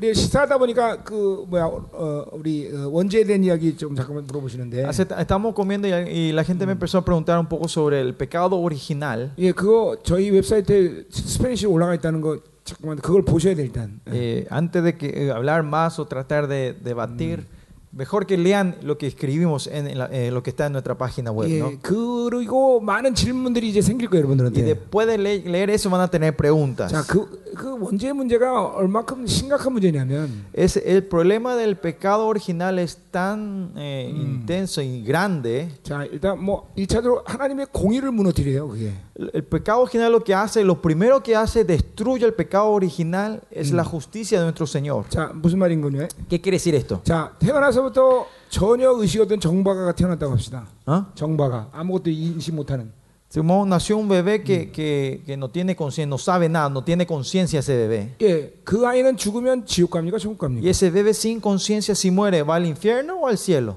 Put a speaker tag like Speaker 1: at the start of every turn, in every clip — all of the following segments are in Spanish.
Speaker 1: 우리 시사하다 보니까 그 뭐야 어, 우리 어, 원죄에 대한 이야기 좀 잠깐만 물어보시는데
Speaker 2: Hace- Estamos comiendo y, y la gente me empezó a preguntar un poco sobre el pecado original.
Speaker 1: 예 그거 저희 웹사이트에 스페니쉬로 올라가 있다는 거 잠깐만 그걸 보셔야 돼 일단
Speaker 2: Eh, antes de que, eh, hablar más o tratar de debatir, mejor que lean lo que escribimos en, la- eh, lo que está en nuestra página web.
Speaker 1: 예
Speaker 2: ¿no?
Speaker 1: 그리고 많은 질문들이 이제 생길 거예요
Speaker 2: Y
Speaker 1: 여러분들한테
Speaker 2: después de le- leer eso van a tener preguntas.
Speaker 1: 자그 그 원죄 문제가 얼마큼 심각한 문제냐면
Speaker 2: Es, el problema del pecado original es tan eh, intenso y grande.
Speaker 1: 자 일단 뭐 일차적으로 하나님의 공의를 무너뜨려요 그게
Speaker 2: El el pecado original lo que hace, lo primero que hace, destruye el pecado original, es la justicia de nuestro Señor.
Speaker 1: 자 무슨 말인 거냐
Speaker 2: Mm. ¿Qué quiere decir esto?
Speaker 1: 자 태어나서부터 전혀 의식 없던 정바가가 태어났다고 합시다
Speaker 2: ¿Ah?
Speaker 1: 정바가 아무것도 인식 못하는
Speaker 2: Simón nació un bebé que, que- que no tiene conciencia, no sabe nada, no tiene conciencia ese bebé.
Speaker 1: 예, 그 아이는 죽으면 지옥 갑니까 천국
Speaker 2: Y
Speaker 1: 갑니까?
Speaker 2: ese bebé sin conciencia, si muere, ¿va al infierno o al cielo?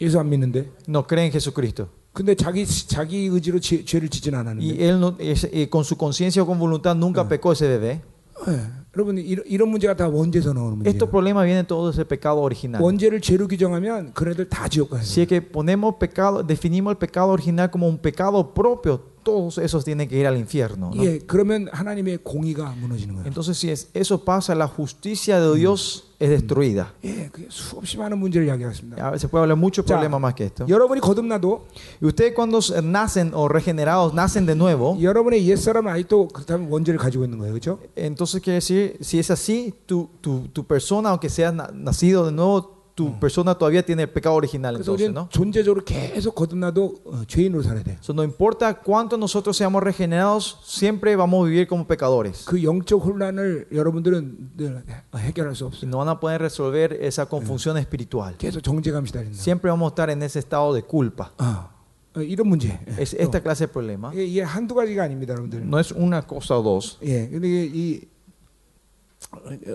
Speaker 1: 예수 안 믿는데.
Speaker 2: No cree en Jesucristo.
Speaker 1: 근데 자기 자기 의지로 죄, 죄를 짓진 않았는데.
Speaker 2: Y él no- es- eh, con su conciencia o con voluntad nunca pecó ese bebé.
Speaker 1: 예, 여러분 이런, 이런 문제가 다 원죄에서 나오는 문제예요.
Speaker 2: Estos problemas vienen todos del pecado original.
Speaker 1: 원죄를 죄로 규정하면 그런 애들 다 지옥 가요.
Speaker 2: Si es que ponemos pecado, definimos el pecado original como un pecado propio, todos esos tienen que ir al infierno. ¿no?
Speaker 1: 예, 그러면 하나님의 공의가 무너지는 거예요.
Speaker 2: Entonces, si es- eso pasa, la justicia de Dios es destruida.
Speaker 1: 예, 그게 수없이 많은 문제를 이야기하겠습니다.
Speaker 2: A ver, Se puede hablar mucho
Speaker 1: Ya.
Speaker 2: problema más que esto.
Speaker 1: 여러분이 거듭나도
Speaker 2: Y ustedes cuando s- nacen o regenerados, nacen de nuevo,
Speaker 1: 여러분의 옛사람 아직도 그렇다면 원죄를 가지고 있는 거예요. 그렇죠?
Speaker 2: entonces quiere decir, si es así, tu, tu, tu persona, aunque seas na- nacido de nuevo, tu persona todavía tiene el pecado original
Speaker 1: 그래서
Speaker 2: entonces,
Speaker 1: 우리는
Speaker 2: ¿no?
Speaker 1: 존재적으로 계속 거듭나도 어, 죄인으로 살아야 돼요.
Speaker 2: So, no importa cuánto nosotros seamos regenerados, siempre vamos a vivir como pecadores.
Speaker 1: 그 영적 혼란을 여러분들은 늘 해결할 수
Speaker 2: y
Speaker 1: 없어요.
Speaker 2: no van a poder resolver esa confusión espiritual.
Speaker 1: 계속 정죄감 시달린다.
Speaker 2: Siempre vamos a estar en ese estado de culpa.
Speaker 1: 아, 어, 이런 문제. 예.
Speaker 2: Es esta clase de problema.
Speaker 1: 이게, 이게 한두 가지가 아닙니다, 여러분들.
Speaker 2: No es una cosa o dos.
Speaker 1: 예, 근데 이게 이,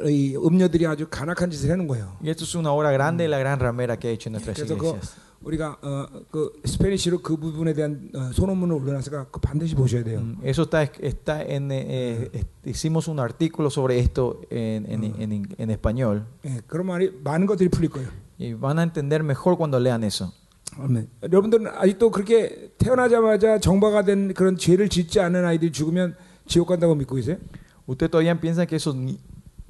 Speaker 1: 이 음녀들이 아주 간악한 짓을 하는 거예요.
Speaker 2: Y esto es una obra grande y la gran ramera Mm. que ha hecho en nuestras
Speaker 1: 그래서 그
Speaker 2: iglesias.
Speaker 1: 우리가 어, 그 스페니쉬로 그 부분에 대한 어, 소논문을 올려놨으니까 그 반드시 보셔야 돼요.
Speaker 2: Mm, Eso está, está en... eh, eh, hicimos un artículo sobre esto en, en- en- en español.
Speaker 1: 예, 그런 말이 많은 것들이 풀릴 거예요.
Speaker 2: Y van a entender mejor cuando lean eso.
Speaker 1: 아멘. 여러분들은 아직도 그렇게 태어나자마자 정바가 된 그런 죄를 짓지 않은 아이들이 죽으면 지옥 간다고 믿고 계세요?
Speaker 2: ¿Usted todavía piensa que esos ni-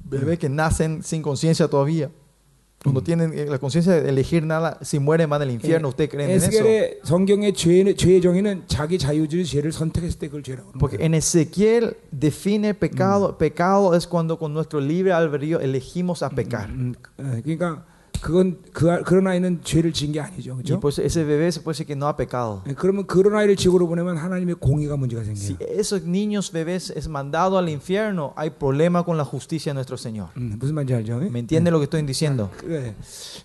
Speaker 2: bebés que nacen sin conciencia todavía, cuando tienen eh, la conciencia de elegir nada, si mueren van al infierno, ¿usted cree en eso?
Speaker 1: 에스겔의 성경의 죄의, 죄의 정의는 자기 자유주의 죄를 선택했을 때 그걸 죄라고 하는
Speaker 2: Porque
Speaker 1: 거예요.
Speaker 2: en Ezequiel define pecado. Pecado es cuando con nuestro libre albedrío elegimos a pecar.
Speaker 1: 음, 예, 그러니까 그건 그 아- 그런 아이는 죄를 지은 게 아니죠,
Speaker 2: Y
Speaker 1: 그렇죠?
Speaker 2: pues ese bebé se puede decir que no ha pecado.
Speaker 1: 예, 그러면 그런 아이를 지옥으로 보내면 하나님의 공의가 문제가
Speaker 2: Si
Speaker 1: 생겨요.
Speaker 2: esos niños bebés es mandado al infierno, hay problema con la justicia de nuestro Señor.
Speaker 1: 음, 무슨 말인지 알죠?
Speaker 2: ¿Me entiende lo que estoy diciendo?
Speaker 1: 그래. 예.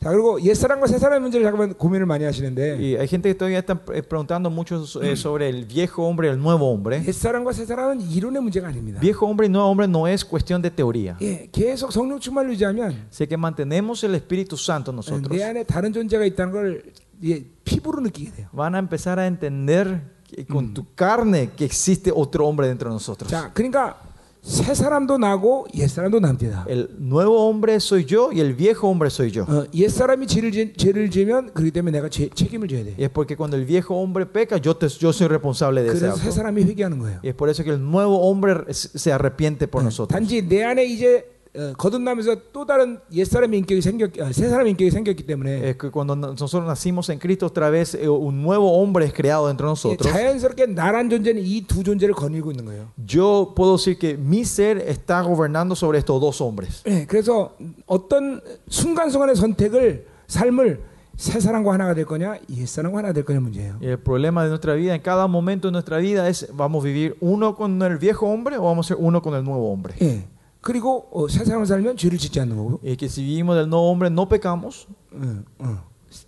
Speaker 1: 자 그리고 옛 사람과 새 사람의 문제를 잠깐만 고민을 많이 하시는데
Speaker 2: Y hay gente que todavía está eh, preguntando mucho eh, sobre el viejo hombre y el nuevo hombre.
Speaker 1: 옛 사람과 새 사람은 이론의 문제가 아닙니다.
Speaker 2: Viejo hombre y nuevo hombre no es cuestión de teoría.
Speaker 1: 예, 계속 성령 충만을 유지하면
Speaker 2: Sé que mantenemos el Espíritu Santo nosotros.
Speaker 1: 내 안에 다른 존재가 있다는 걸 예, 피부로 느끼게 돼요.
Speaker 2: Van a empezar a entender que con tu carne que existe otro hombre dentro de nosotros.
Speaker 1: 자, 그러니까 새 사람도 나고 옛 사람도 남니다.
Speaker 2: El nuevo hombre soy yo y el viejo hombre soy yo.
Speaker 1: 어, 옛 사람이 죄를, 지, 죄를 지면 그렇기 때문에 내가 죄, 책임을 져야 돼.
Speaker 2: Y es porque cuando el viejo hombre peca, yo, te- yo soy responsable de ese
Speaker 1: 그래서 예. 새
Speaker 2: acto.
Speaker 1: 사람이 회개하는 거예요. 예.
Speaker 2: Y es por eso que el nuevo hombre es- se arrepiente
Speaker 1: Mm.
Speaker 2: por nosotros.
Speaker 1: 단지 내 안에 이제 어, 거듭나면서 또 다른 옛 사람의 인격이 생겼, 어, 새 사람의 인격이 생겼기 때문에
Speaker 2: Es que cuando no- nosotros nacimos en Cristo otra vez, eh, un nuevo hombre es creado dentro de
Speaker 1: 예,
Speaker 2: nosotros.
Speaker 1: 자연스럽게 나란 존재는 이 두 존재를 거닐고 있는 거예요.
Speaker 2: Yo puedo decir que mi ser está gobernando sobre estos dos hombres.
Speaker 1: 예, 그래서 어떤 순간순간의 선택을 삶을 새 사람과 하나가 될 거냐, 옛 사람과 하나 될 거냐 문제예요.
Speaker 2: Y el problema de nuestra vida, en cada momento de nuestra vida, es vamos a vivir uno con el viejo hombre o vamos a ser uno con el nuevo hombre.
Speaker 1: 예. 그리고 어, 새 사람을 살면 죄를 짓지 않는 거고,
Speaker 2: Y que si vivimos del nuevo hombre no pecamos,
Speaker 1: 응, 응.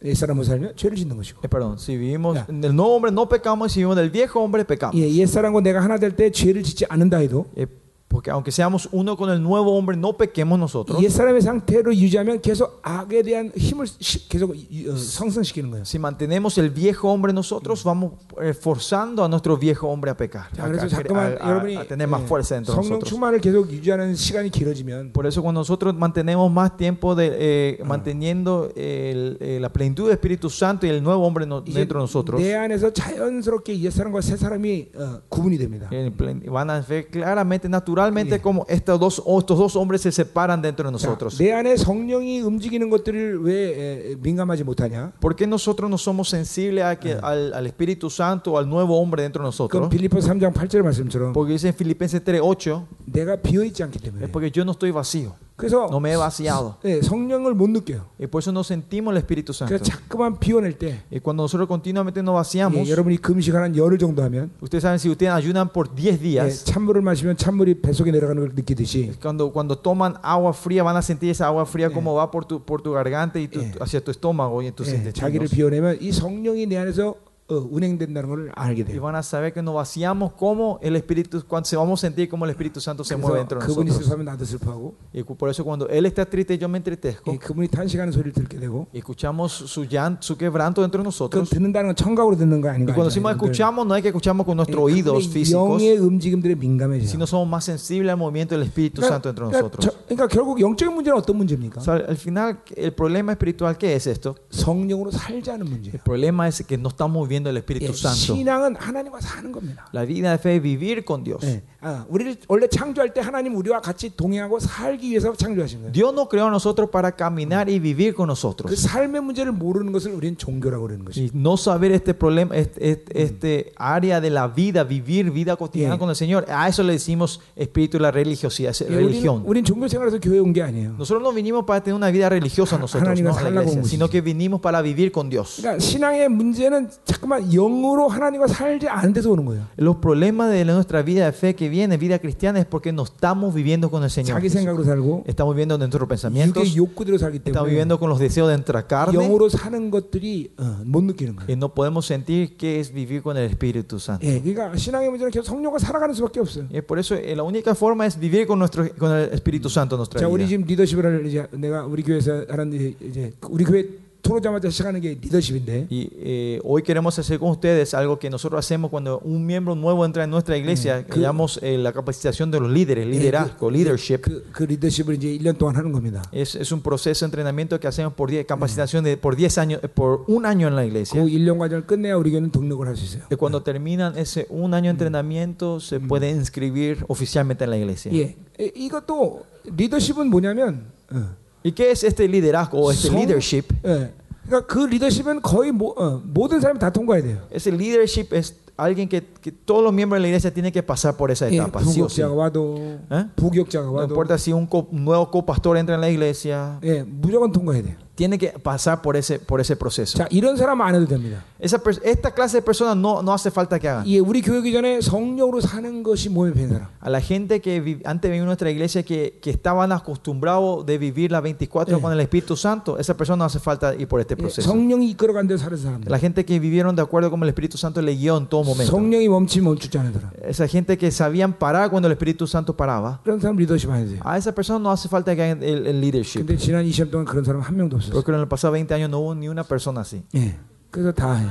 Speaker 1: 옛 사람을 살면 죄를 짓는 것이고.
Speaker 2: Eh, perdón, si vivimos
Speaker 1: Ya.
Speaker 2: del nuevo
Speaker 1: 아,
Speaker 2: hombre no pecamos y si vivimos del viejo hombre pecamos.
Speaker 1: 예, 옛 사람과 내가 하나 될 때 죄를 짓지 않는다 해도
Speaker 2: Eh, dijo que aunque seamos uno con el nuevo hombre, no pequemos nosotros.
Speaker 1: 옛사람의 상태로 유지하면 계속 악에 대한 힘을 시- 계속 어, 성승시키는 거예요.
Speaker 2: Si mantenemos el viejo hombre nosotros, vamos eh, forzando a nuestro viejo hombre a pecar,
Speaker 1: 자,
Speaker 2: a,
Speaker 1: 그래서
Speaker 2: a-
Speaker 1: 자꾸만
Speaker 2: a-
Speaker 1: 여러분이
Speaker 2: a tener más
Speaker 1: 예,
Speaker 2: fuerza dentro de
Speaker 1: 성령
Speaker 2: nosotros.
Speaker 1: 충만을 계속 유지하는 시간이 길어지면
Speaker 2: Por eso cuando nosotros mantenemos más tiempo de, eh, manteniendo el- eh, la plenitud del Espíritu Santo y el nuevo hombre no-
Speaker 1: 이제
Speaker 2: dentro de nosotros,
Speaker 1: 내 안에서 자연스럽게 옛사람과 새사람이 어, 구분이 됩니다.
Speaker 2: eh, plen- van a ver claramente, naturalmente,
Speaker 1: Sí.
Speaker 2: como estos dos, o estos dos hombres se separan dentro de
Speaker 1: 자,
Speaker 2: nosotros.
Speaker 1: 내 안에 성령이 움직이는 것들을 왜 에, 민감하지 못하냐?
Speaker 2: ¿Por qué nosotros no somos sensibles a que, al, al Espíritu Santo, al nuevo hombre dentro
Speaker 1: 그건
Speaker 2: de nosotros?
Speaker 1: 빌리포 3장 8절 말씀처럼
Speaker 2: Porque dice en Filipenses 3.8,
Speaker 1: 내가 비어 있지 않기 때문에.
Speaker 2: es porque yo no estoy vacío,
Speaker 1: 그래서
Speaker 2: no me he vaciado.
Speaker 1: 예, 성령을 못 느껴요.
Speaker 2: Y por eso no sentimos el Espíritu Santo.
Speaker 1: 그래서 자꾸만 비워낼 때
Speaker 2: Y cuando nosotros continuamente nos
Speaker 1: 예,
Speaker 2: vaciamos,
Speaker 1: 여러분이 금식을 한 열흘 정도 하면
Speaker 2: ustedes saben, si ustedes ayunan por 10
Speaker 1: 예,
Speaker 2: días,
Speaker 1: 찬물을 마시면 찬물이 뱃속에 내려가는 걸 느끼듯이
Speaker 2: Cuando, cuando toman agua fría, van a sentir esa agua fría como va por tu, por tu garganta y tu-
Speaker 1: Eh.
Speaker 2: hacia tu estómago y en tus
Speaker 1: 예, 자기를
Speaker 2: intestinos.
Speaker 1: 비워내면 이 성령이 내 안에서 어, 운행된다는 걸 알게
Speaker 2: Y
Speaker 1: 돼요.
Speaker 2: van a saber que nos vaciamos como el Espíritu, cuando se vamos a sentir como el Espíritu Santo se
Speaker 1: 그래서
Speaker 2: mueve dentro de
Speaker 1: 그분이
Speaker 2: nosotros.
Speaker 1: 슬퍼하면 나도 슬퍼하고
Speaker 2: Y cu- por eso cuando Él está triste, yo me
Speaker 1: 예,
Speaker 2: entristezco.
Speaker 1: 그분이 탄식하는 소리를 듣게 되고
Speaker 2: Y escuchamos su, su llanto, su quebranto dentro de
Speaker 1: 그건
Speaker 2: nosotros.
Speaker 1: 듣는다는 건 청각으로 듣는 거
Speaker 2: Y
Speaker 1: 아닌가? 예,
Speaker 2: cuando decimos escuchamos, no es que escuchamos con
Speaker 1: Eh,
Speaker 2: nuestros oídos físicos,
Speaker 1: 영의 움직임들에 민감해져.
Speaker 2: sino somos más sensibles al movimiento del Espíritu Santo dentro de
Speaker 1: 그러니까,
Speaker 2: nosotros.
Speaker 1: 저- 그러니까 결국 영적인 문제는 어떤 문제입니까?
Speaker 2: O sea, al final, el problema espiritual, ¿qué es esto?
Speaker 1: 성령으로 살자는 문제예요.
Speaker 2: El problema es que no estamos viviendo el
Speaker 1: 예,
Speaker 2: Espíritu Santo.
Speaker 1: 신앙은 하나님과 사는 겁니다.
Speaker 2: La vida de fe es vivir con Dios.
Speaker 1: 예, 아, 우리를 원래 창조할 때 하나님 우리와 같이 동행하고 살기 위해서 창조하신 거예요.
Speaker 2: Dios nos creó a nosotros para caminar y vivir con
Speaker 1: 그
Speaker 2: nosotros.
Speaker 1: 삶의 문제를 모르는 것을 우리는 종교라고 그러는 것이죠.
Speaker 2: Y no saber este problema, este, este- este área de la vida, vivir vida cotidiana
Speaker 1: Sí.
Speaker 2: con el Señor, a eso le decimos espíritu de la religiosidad, es
Speaker 1: 예, 우리는,
Speaker 2: religión.
Speaker 1: 우리는 종교 생활에서 교회 온 게 아니에요.
Speaker 2: Nosotros no vinimos para tener una vida religiosa
Speaker 1: Ah,
Speaker 2: nosotros,
Speaker 1: 하나님을
Speaker 2: no, a la
Speaker 1: 살라고
Speaker 2: iglesia,
Speaker 1: 온
Speaker 2: sino
Speaker 1: 것이지.
Speaker 2: que vinimos para vivir con Dios.
Speaker 1: 그러니까 신앙의 문제는 자꾸만 영으로 하나님과 살지 않은 데서 오는 거예요.
Speaker 2: Los problemas de nuestra vida de fe que viene, vida cristiana, es porque no estamos viviendo con el Señor.
Speaker 1: 자기 생각으로 살고
Speaker 2: Estamos viviendo de nuestros
Speaker 1: 예,
Speaker 2: pensamientos,
Speaker 1: 육의 욕구대로 살기
Speaker 2: estamos
Speaker 1: 때문에
Speaker 2: viviendo con los deseos de nuestra carne.
Speaker 1: 영으로 사는 것들이 어, 못 느끼는 거예요.
Speaker 2: Y no podemos sentir qué es vivir con el Espíritu Santo.
Speaker 1: 예, 그러니까 신앙의 문제는 계속 성령과 살아가는 수밖에 없어요.
Speaker 2: Y por eso eh, la única forma es vivir con, nuestro, con el Espíritu Santo en nuestra
Speaker 1: 자, 우리
Speaker 2: vida.
Speaker 1: 지금 리더십을 이제 내가 우리 교회에서 하는 이제- 이제 우리 교회 들어오자마자 시작하는 게 리더십인데
Speaker 2: Y eh, hoy queremos hacer con ustedes algo que nosotros hacemos cuando un miembro nuevo entra en nuestra iglesia, que
Speaker 1: 그-
Speaker 2: llamamos eh, la capacitación de los líderes, liderazgo, leadership.
Speaker 1: 그, 그 리더십을 이제 1년 동안 하는 겁니다.
Speaker 2: Es, es un proceso de entrenamiento que hacemos por 10, capacitación de, por 10 años, eh, por un año en la
Speaker 1: 그
Speaker 2: iglesia.
Speaker 1: 1년 과정을 끝내야 우리 교회는 등록을 할 수 있어요.
Speaker 2: Y cuando terminan ese un año de entrenamiento, se puede inscribir oficialmente en la iglesia.
Speaker 1: 예, 이- 이것도 리더십은 뭐냐면 어,
Speaker 2: ¿Y qué es este liderazgo o este
Speaker 1: Son-
Speaker 2: leadership?
Speaker 1: 예, 그러니까 그 리더십은 거의 모, 어, 모든 사람이 다 통과해야 돼요.
Speaker 2: Ese leadership es alguien que, que todos los miembros de la iglesia tienen que pasar por esa
Speaker 1: 예,
Speaker 2: etapa, sí o sí.
Speaker 1: 부격자가 와도
Speaker 2: ¿Eh?
Speaker 1: 부격자가
Speaker 2: No
Speaker 1: 와도
Speaker 2: importa si un, co- un nuevo copastor entra en la iglesia,
Speaker 1: 예, 무조건 통과해야 돼요.
Speaker 2: tiene que pasar por ese, por ese proceso.
Speaker 1: 자, 이런 사람 안 해도 됩니다.
Speaker 2: Esa pers- esta clase de personas no, no hace falta que hagan.
Speaker 1: 예, 우리 교육이 전에 성령으로 사는 것이 몸에 밴 사람.
Speaker 2: A la gente que vi- antes vivía en nuestra iglesia que, que estaban acostumbrados de vivir las 24
Speaker 1: Eh.
Speaker 2: con el Espíritu Santo, esa persona no hace falta ir por este
Speaker 1: 예,
Speaker 2: proceso.
Speaker 1: 성령이 이끌어간 데로 사는 사람들.
Speaker 2: La gente que vivieron de acuerdo como el Espíritu Santo le guió en todo momento.
Speaker 1: 성령이 멈추면 멈추지 않은 사람.
Speaker 2: Esa gente que sabían parar cuando el Espíritu Santo paraba.
Speaker 1: 그런 사람 리더십 안 해도 돼요.
Speaker 2: A esa persona no hace falta que hagan el, el leadership.
Speaker 1: 근데 지난 20년 동안 그런 사람 한 명도 없었어요.
Speaker 2: Porque en los pasados 20 años no hubo ni una persona así.
Speaker 1: 예. 그래서 다 해요.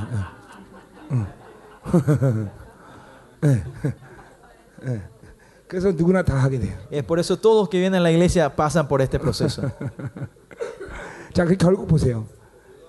Speaker 1: 어. 예. 응. 예. 예. 그래서 누구나 다 하게 돼요.
Speaker 2: Es por eso todos que vienen a la iglesia pasan por este proceso.
Speaker 1: 자, 그 결국 보세요.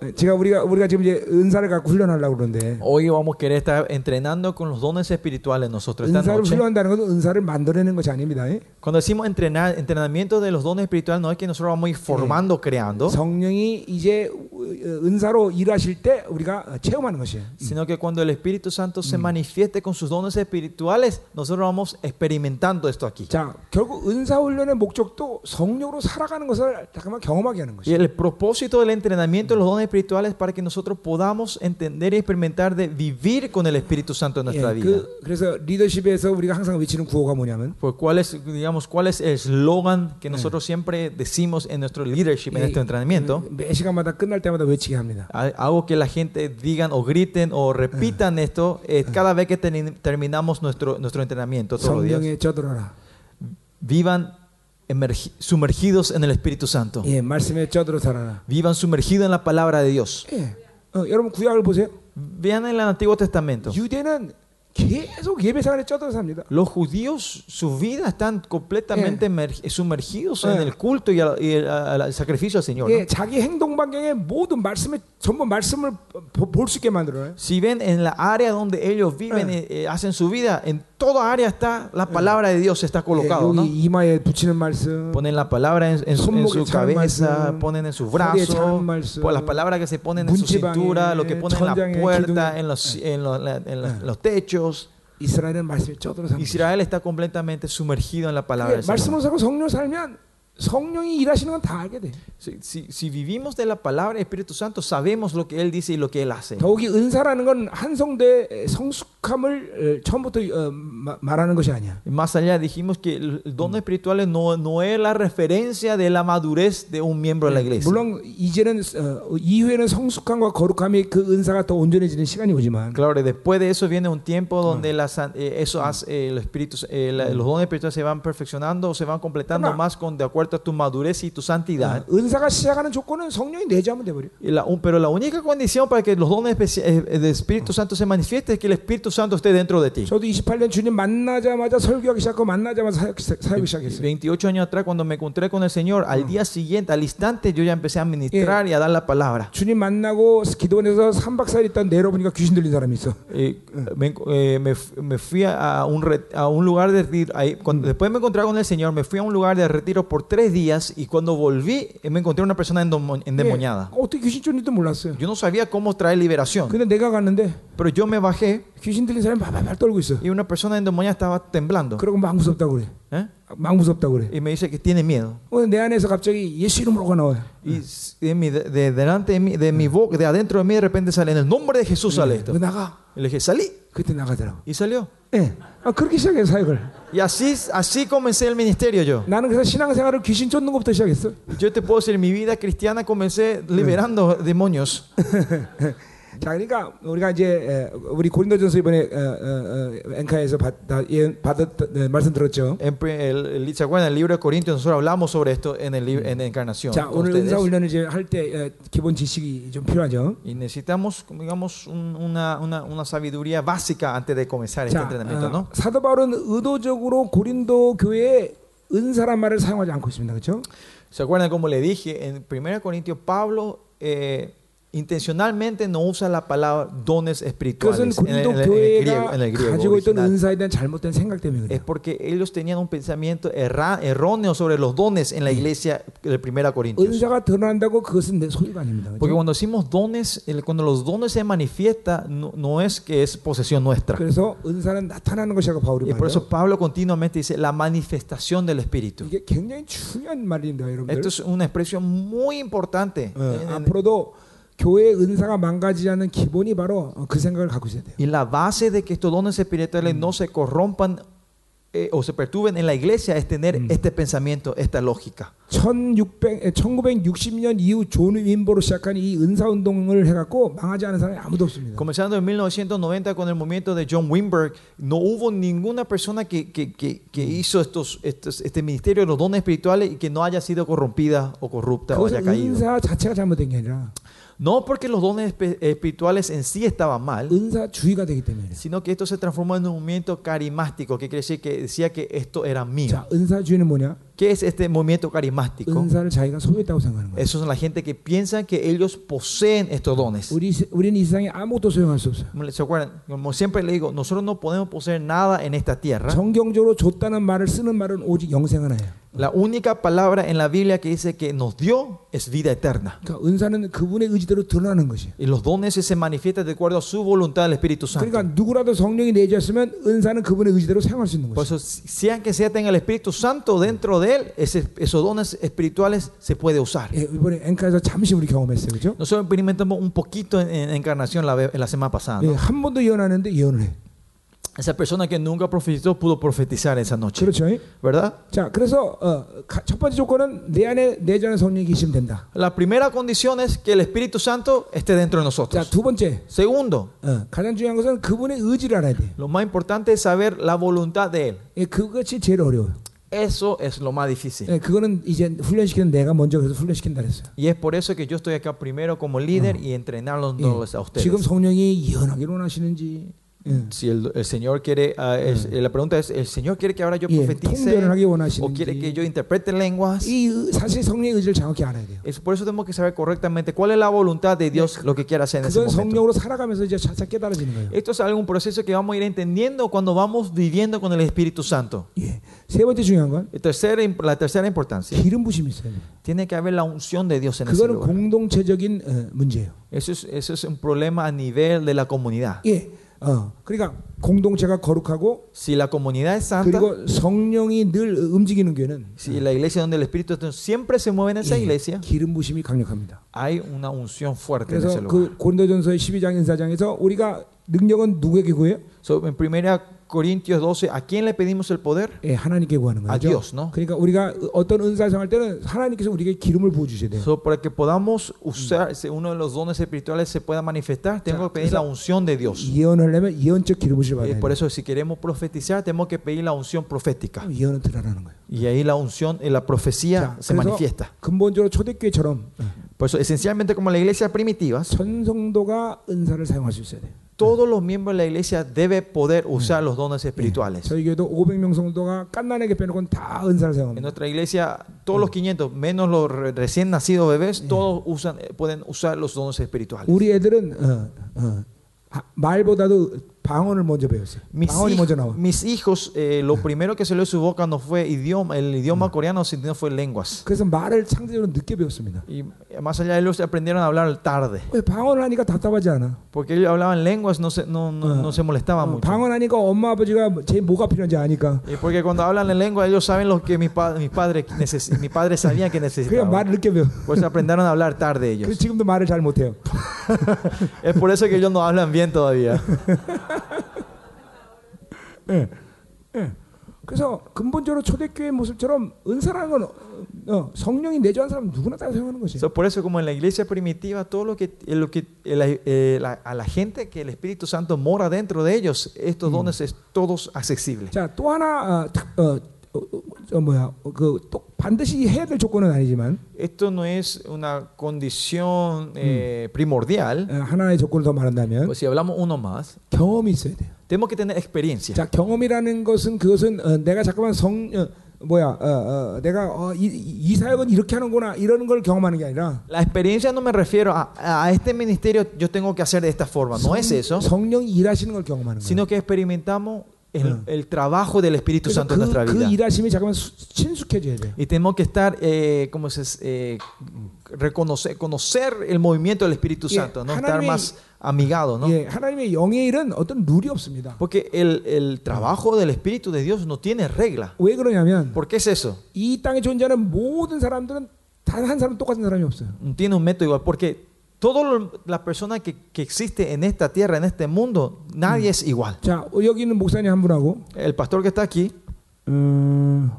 Speaker 1: 예, 제가 우리가 우리가 지금 이제 은사를 갖고 훈련하려고 그러는데
Speaker 2: Hoy vamos a querer estar entrenando con los dones espirituales nosotros esta
Speaker 1: 은사를
Speaker 2: noche.
Speaker 1: 훈련한다는 뭐 것은 은사를 만들어내는 것이 아닙니다. 예?
Speaker 2: Cuando decimos entrenar, entrenamiento de los dones espirituales, no es que nosotros vamos a ir formando, creando,
Speaker 1: 성령이 이제 어, 은사로 일하실 때 우리가 체험하는 것이에요.
Speaker 2: sino que cuando el Espíritu Santo se manifieste con sus dones espirituales, nosotros vamos experimentando esto aquí.
Speaker 1: 자, 결국 은사 훈련의 목적도 성령으로 살아가는 것을 잠깐만 경험하게 하는
Speaker 2: Y
Speaker 1: 것이에요.
Speaker 2: el propósito del entrenamiento de los dones espirituales es para que nosotros podamos entender y experimentar de vivir con el Espíritu Santo en nuestra
Speaker 1: 예,
Speaker 2: vida.
Speaker 1: 그, 그래서 리더십에서 우리가 항상 외치는 구호가 뭐냐면
Speaker 2: Pues, ¿cuál es, digamos, cuál es el eslogan que nosotros siempre decimos en nuestro leadership, en
Speaker 1: Eh,
Speaker 2: nuestro entrenamiento?
Speaker 1: 매 시간마다 끝날 때마다 외치게 합니다.
Speaker 2: Ha- Hago que la gente digan o griten o repitan esto eh, cada vez que teni- terminamos nuestro, nuestro entrenamiento todos los días.
Speaker 1: 성령에 쩌들어라.
Speaker 2: vivan emergi- sumergidos en el Espíritu Santo.
Speaker 1: 예, 말씀에 쩌들어 살아라.
Speaker 2: Vivan sumergidos en la palabra de Dios.
Speaker 1: 예. 어, 여러분 구약을 보세요.
Speaker 2: Vean en el Antiguo Testamento.
Speaker 1: 유대는 계속 예배상에 쩌들어 삽니다.
Speaker 2: Los judíos, su vida están completamente emer- sumergidos en
Speaker 1: Eh.
Speaker 2: el culto y al, y al- al- al sacrificio al Señor. ¿no?
Speaker 1: 예, 자기 행동 반경에 모든 말씀에 전부 말씀을 볼 수 있게 만들어요.
Speaker 2: Si ven en la área donde ellos viven,
Speaker 1: Eh.
Speaker 2: eh, eh, hacen su vida, en toda área está la palabra de Dios está
Speaker 1: 예,
Speaker 2: colocado,
Speaker 1: 여기
Speaker 2: ¿no?
Speaker 1: 이마에 붙이는 말씀,
Speaker 2: Ponen la palabra en, en su, en
Speaker 1: 손목에
Speaker 2: su
Speaker 1: 차는
Speaker 2: cabeza,
Speaker 1: 말씀,
Speaker 2: ponen en sus
Speaker 1: 허리에 차는
Speaker 2: brazos,
Speaker 1: 말씀,
Speaker 2: pues las palabras que se ponen en su
Speaker 1: 문지방에,
Speaker 2: cintura, lo que ponen en
Speaker 1: 천장에,
Speaker 2: la puerta,
Speaker 1: 기둥에.
Speaker 2: en los, en los- la- en los- los techos.
Speaker 1: 이스라엘은 말씀에 쩌들어 삽니다.
Speaker 2: Israel está completamente sumergido en la palabra
Speaker 1: 그게
Speaker 2: del Señor.
Speaker 1: 말씀으로 살고 성령 살면 성령이 일하시는 건 다 알게 돼.
Speaker 2: Si, si- si vivimos de la palabra del Espíritu Santo, sabemos lo que Él dice y lo que Él hace.
Speaker 1: 더욱이 은사라는 건 한성대 성숙함을 어, 처음부터 어, 마- 말하는 것이 아니야.
Speaker 2: Y Más allá dijimos que el el don espiritual no, no es la referencia de la madurez de un miembro
Speaker 1: Eh,
Speaker 2: de la iglesia.
Speaker 1: 네. 물론 이제는 어, 이후에는 성숙함과 거룩함이 그 은사가 더 온전해지는 시간이 오지만
Speaker 2: Claro, y después de eso viene un tiempo donde la san- eh, eso hace, eh, el espíritu, eh, la- los dones espirituales se van perfeccionando o se van completando
Speaker 1: Ahora-
Speaker 2: más con de acuerdo a tu madurez y tu santidad.
Speaker 1: 어, 은사가 시작하는 조건은 성령이 내주하면 돼버려.
Speaker 2: Y la- un- pero la única condición para que los dones especi- eh, eh, del Espíritu Santo se manifiesten es que el Espíritu Santo esté dentro de ti.
Speaker 1: 저도 28년 주님 만나자마자 설교하기 시작하고 만나자마자 사역, 시- 사역을 시작했어요.
Speaker 2: 28 años atrás cuando me encontré con el Señor, al día siguiente, al instante yo ya empecé a ministrar y a dar la palabra.
Speaker 1: 주님 만나고 기도원에서 3박 4일 있다 내려보니까 귀신 들린 사람이 있어.
Speaker 2: Eh, me, eh, me f- me fui a, a un re- a un lugar de retiro. ahí, cuando- después me encontré con el Señor, me fui a un lugar de retiro por tres días y cuando volví eh, me encontré una persona endemo- endemoniada.
Speaker 1: 예, 어떻게 귀신 쫓는지도 몰랐어요.
Speaker 2: Yo no sabía cómo traer liberación,
Speaker 1: 근데 내가 갔는데
Speaker 2: pero yo me bajé
Speaker 1: 귀신 들린 사람이 발발 떨고 있어.
Speaker 2: y una persona endemoniada estaba temblando
Speaker 1: 그러고 막 무섭다고 그래.
Speaker 2: ¿eh?
Speaker 1: 막 무섭다고 그래.
Speaker 2: y me dice que tiene miedo.
Speaker 1: 오늘 내 안에서 갑자기 예수 이름으로가 나와요.
Speaker 2: Y s- de, mi- de- de delante de, mí- de mi boca, de adentro de mí, de repente sale en el nombre de Jesús sale esto.
Speaker 1: 그 나가.
Speaker 2: Y le dije, salí
Speaker 1: 그때 나가더라고.
Speaker 2: y salió.
Speaker 1: 예. 아, 그렇게 시작해 사역을.
Speaker 2: Y así, así comencé el ministerio yo.
Speaker 1: 나는 그래서 신앙생활을 귀신 쫓는 것부터 시작했어.
Speaker 2: Yo te puedo decir, mi vida cristiana comencé liberando demonios.
Speaker 1: 자, 그러니까 우리가 이제 에, 우리 고린도전서 이번에 어, 어, 어, 앵카에서 받, 다, 예, 받았 네, 말씀 들었죠.
Speaker 2: En, pre- el, el- ¿Se acuerdan? En el libro de Corintios nosotros hablamos sobre esto en el libro en la Encarnación.
Speaker 1: 자, 오늘
Speaker 2: con ustedes.
Speaker 1: 은사 훈련을 이제 할 때 기본 지식이 좀 필요하죠.
Speaker 2: Y necesitamos, como digamos, un- una, una, una sabiduría básica antes de comenzar este
Speaker 1: 자,
Speaker 2: entrenamiento,
Speaker 1: 어,
Speaker 2: ¿no?
Speaker 1: 사도 바울은 의도적으로 고린도 교회에 은사란 말을 사용하지 않고 있습니다. 그렇죠?
Speaker 2: ¿Se acuerdan? Como le dije, en 1 Corintios, Pablo eh, intencionalmente no usa la palabra dones
Speaker 1: 그것은
Speaker 2: espirituales en el,
Speaker 1: 고린도
Speaker 2: en el- en el griego.
Speaker 1: 교회가
Speaker 2: en el griego
Speaker 1: 가지고 네, 있던
Speaker 2: original.
Speaker 1: 은사에 대한 잘못된 생각 때문에
Speaker 2: Es
Speaker 1: 그래요.
Speaker 2: porque ellos tenían un pensamiento erra- erróneo sobre los dones en la iglesia de 1 Corintios.
Speaker 1: 은사가 드러난다고 그것은 내 소유가 아닙니다.
Speaker 2: Porque
Speaker 1: 그렇죠?
Speaker 2: cuando decimos dones, el- cuando los dones se manifiesta, no, no es que es posesión nuestra.
Speaker 1: 그래서 은사는 나타나는 것이라고 바울이
Speaker 2: Y
Speaker 1: 말해요.
Speaker 2: por eso Pablo continuamente dice la manifestación del Espíritu.
Speaker 1: 이게 굉장히 중요한 말입니다, 여러분들.
Speaker 2: Esto es una expresión muy importante.
Speaker 1: 어,
Speaker 2: En- en-
Speaker 1: 앞으로도 교회의 은사가 망가지지 않는 기본이 바로 어, 그 생각을 갖고 있어야 돼요.
Speaker 2: y la base de que estos dones espirituales no se corrompan eh, o se perturben en la iglesia es tener este pensamiento, esta lógica.
Speaker 1: 1600, 에, 1960년 이후 존 윈보로 시작한 이 은사 운동을 해갖고 망하지 않은 사람이 아무도 없습니다.
Speaker 2: Comenzando en 1990 con el movimiento de John Wimberg, no hubo ninguna persona que, que- que- que hizo estos, estos- este ministerio de los dones espirituales y que no haya sido corrompida o corrupta o haya
Speaker 1: 그것은
Speaker 2: caído.
Speaker 1: 은사 자체가 잘못된 게 아니라
Speaker 2: No porque los dones espe- espirituales en sí estaban mal,
Speaker 1: 은사 주의가 되기 때문에. 그래요.
Speaker 2: sino que esto se transformó en un movimiento carismático, que quiere decir que decía que esto era mío.
Speaker 1: 자, 은사 주의는 뭐냐?
Speaker 2: ¿Qué es este movimiento carismático?
Speaker 1: 은사를 자기가 소유했다고 생각하는 거예요.
Speaker 2: Esos son la gente que piensa que ellos poseen estos dones.
Speaker 1: 우리 세- 우리는 이 세상에 아무것도 소용할 수 없어요.
Speaker 2: Como ¿Se acuerdan? Como siempre le digo, nosotros no podemos poseer nada en esta tierra.
Speaker 1: 정경적으로 줬다는 말을 쓰는 말은 오직 영생 하나예요.
Speaker 2: La única palabra en la Biblia que dice que nos dio es vida eterna.
Speaker 1: 그러니까 은사는 그분의 의지대로 드러나는 것이에요.
Speaker 2: Y los dones se manifiestan de acuerdo a su voluntad del Espíritu
Speaker 1: 그러니까
Speaker 2: Santo.
Speaker 1: 누구라도 성령이 내주셨으면 은사는 그분의 의지대로 사용할 수 있는 것이에요.
Speaker 2: Por eso, si- sean que sea tenga el Espíritu Santo dentro de él, ese- esos dones espirituales se puede usar.
Speaker 1: 예, 이번에 앵카에서 잠시 우리 경험했어요, 그죠?
Speaker 2: Nosotros experimentamos un poquito en, en encarnación la, ve- en la semana pasada.
Speaker 1: 예,
Speaker 2: ¿no?
Speaker 1: 한 번도 예언하는데 예언을 해.
Speaker 2: Esa persona que nunca profetizó pudo profetizar esa noche,
Speaker 1: 그렇죠? 예?
Speaker 2: ¿verdad?
Speaker 1: 자, 그래서 어, 가- 첫 번째 조건은 내 안에 내주하는 성령이 계시면 된다.
Speaker 2: La primera condición es que el Espíritu Santo esté dentro
Speaker 1: 자,
Speaker 2: de nosotros.
Speaker 1: 두 번째
Speaker 2: Segundo,
Speaker 1: 어, 가장 중요한 것은 그분의 의지를 알아야 돼.
Speaker 2: lo más importante es saber la voluntad de él.
Speaker 1: 예, 그것이 제일 어려워요.
Speaker 2: Eso es lo más difícil.
Speaker 1: 예, 그거는 이제 훈련시키는 내가 먼저 그래서 훈련시킨다 그랬어요.
Speaker 2: Y es por eso que yo estoy acá primero como líder Mm. y entrenándolos a
Speaker 1: 예. 지금
Speaker 2: ustedes.
Speaker 1: 성령이 예언하기를 원하시는지 예.
Speaker 2: Si el, el Señor quiere, ah, es- la pregunta es, ¿el Señor quiere que ahora yo
Speaker 1: 예,
Speaker 2: profetice?
Speaker 1: 통변을 하기
Speaker 2: ¿O quiere que
Speaker 1: 원하시는지
Speaker 2: yo interprete lenguas?
Speaker 1: 이 의- 사실 성령의 의지를 정확히 알아야 돼요.
Speaker 2: Es por eso tenemos que saber correctamente cuál es la voluntad de Dios, lo que quiere hacer en ese
Speaker 1: 네, 그건 성령으로
Speaker 2: momento.
Speaker 1: 살아가면서 이제 차차 깨달아지는 뭐 거예요.
Speaker 2: Esto es algún proceso que vamos a ir entendiendo cuando vamos viviendo con el Espíritu Santo.
Speaker 1: 예. 세 번째 중요한 건
Speaker 2: El tercer imp- la tercera importancia,
Speaker 1: 기름 부심이 있어야 돼요.
Speaker 2: tiene que haber la unción de Dios en ese
Speaker 1: 그거는
Speaker 2: lugar.
Speaker 1: 공동체적인 어, 문제예요.
Speaker 2: Eso es, eso es un problema a nivel de la comunidad.
Speaker 1: 예. 어, 그러니까 공동체가 거룩하고
Speaker 2: Si la comunidad es santa,
Speaker 1: 그리고 성령이 늘 움직이는 교회는
Speaker 2: si la iglesia donde el Espíritu Santo siempre se mueve en esa
Speaker 1: 예,
Speaker 2: iglesia,
Speaker 1: 기름 부심이 강력합니다.
Speaker 2: hay una unción fuerte en
Speaker 1: 그래서
Speaker 2: ese lugar.
Speaker 1: 그 고린도전서의 12장 인사장에서 우리가 능력은 누구에게 구해요?
Speaker 2: So, en 1 Corintios 12, ¿a quién le pedimos el poder?
Speaker 1: 예, 하나님께 구하는
Speaker 2: A
Speaker 1: 거죠.
Speaker 2: Dios, ¿no?
Speaker 1: 그러니까 우리가 어떤 은사 사용할 때는 하나님께서 우리에게 기름을 부어 주셔야 돼요.
Speaker 2: So, para que podamos usar si uno de los dones espirituales se pueda manifestar, tenemos que pedir
Speaker 1: esa-
Speaker 2: la unción de Dios.
Speaker 1: 예언하려면 예언적 기름을
Speaker 2: Y
Speaker 1: 받아야
Speaker 2: por
Speaker 1: 돼요.
Speaker 2: eso, si queremos profetizar, tenemos que pedir la unción profética.
Speaker 1: 그럼 예언을 들어라는 거예요.
Speaker 2: Y ahí la unción, eh, la profecía
Speaker 1: 자,
Speaker 2: se
Speaker 1: 그래서
Speaker 2: manifiesta.
Speaker 1: 근본적으로 초대교회처럼 예,
Speaker 2: Por eso, esencialmente, como la iglesia primitiva,
Speaker 1: 천성도가 은사를 사용할 수 있어야 돼요.
Speaker 2: todos los miembros de la iglesia deben poder usar los dones espirituales.
Speaker 1: 저희 교회도 500명 성도가 깐난에게 빼놓고는 다 은사를
Speaker 2: En
Speaker 1: 사용합니다.
Speaker 2: nuestra iglesia, todos los 500, menos los re- recién nacidos bebés, todos usan, eh, pueden usar los dones espirituales.
Speaker 1: 우리 애들은 어, 어, 하- 말보다도 방언을 먼저 배웠어요.
Speaker 2: Mis,
Speaker 1: 방언이
Speaker 2: hij-
Speaker 1: 먼저 나와.
Speaker 2: mis hijos, eh, lo primero que salió de su boca no fue idioma, el idioma coreano, sino fue lenguas.
Speaker 1: 그래서 말을 상대적으로 늦게 배웠습니다.
Speaker 2: Y más allá de ellos aprendieron a hablar tarde.
Speaker 1: 왜 방언을 하니까 답답하지 않아?
Speaker 2: Porque ellos hablaban lenguas, no se, no, no, no se molestaban
Speaker 1: 어,
Speaker 2: mucho.
Speaker 1: 방언하니까 엄마 아버지가 제 뭐가 필요한지 아니까.
Speaker 2: Y porque cuando hablan en lengua, ellos saben lo que mis pa- mis padres neces- mis padres sabían que
Speaker 1: 그냥 말을
Speaker 2: necesitaban.
Speaker 1: 늦게 배워.
Speaker 2: Por eso aprendieron a hablar tarde
Speaker 1: 그래서
Speaker 2: ellos.
Speaker 1: 지금도 말을 잘 못해요.
Speaker 2: Es por eso que ellos no hablan bien todavía.
Speaker 1: 예. 예. 그래서 근본적으로 초대교회 모습처럼 은사라는 건 어, 어, 성령이 내주한 사람 누구나 다 사용하는 것이에요.
Speaker 2: So, por eso, como en la iglesia primitiva, todo lo que, eh, lo que eh, la- eh, la- a la gente que el Espíritu Santo mora dentro de ellos, estos dones es todos accesibles.
Speaker 1: 자, 또 하나 어, 특- 어, 어, 어, 저 뭐야? 어, 그또 반드시 해야 될 조건은 아니지만
Speaker 2: Esto no es una condición eh, primordial.
Speaker 1: 어, 하나의 조건을 더 말한다면
Speaker 2: Pues si hablamos uno más,
Speaker 1: 경험이 있어야 돼요.
Speaker 2: tenemos que tener experiencia.
Speaker 1: 자, 경험이라는 것은 그것은 어, 내가 잠깐만 성 어, 뭐야? 어, 어, 내가 어, 이, 이 사역은 이렇게 하는구나 이러는 걸 경험하는 게 아니라
Speaker 2: La experiencia no me refiero a, a este ministerio, yo tengo que hacer de esta forma. No es eso,
Speaker 1: 성령 이 일하시는 걸 경험하는 거예요.
Speaker 2: sino que experimentamos
Speaker 1: Ah.
Speaker 2: el, el trabajo del Espíritu
Speaker 1: 그래서
Speaker 2: Santo en nuestra
Speaker 1: 그, 그
Speaker 2: vida.
Speaker 1: 일하심이 잠깐만 수- 친숙해져야 돼요.
Speaker 2: Y tenemos que estar, eh, como se dice? Eh, reconocer, conocer el movimiento del Espíritu
Speaker 1: Yeah.
Speaker 2: Santo, no
Speaker 1: Hanami-
Speaker 2: estar más amigado, ¿no?
Speaker 1: 예, 하나님의 영의 일은 어떤 룰이 없습니다.
Speaker 2: Porque el, el trabajo del Espíritu de Dios no tiene regla.
Speaker 1: 왜 그러냐면
Speaker 2: ¿Por qué es eso?
Speaker 1: 이 땅에 존재하는 모든 사람들은 단 한 사람 똑같은 사람이 없어요.
Speaker 2: No Tiene un método igual, porque todas las personas que, que existe en esta tierra, en este mundo, nadie es igual.
Speaker 1: 자, 어, 여기 있는 목사님 한 분하고
Speaker 2: El pastor que está aquí,
Speaker 1: 음,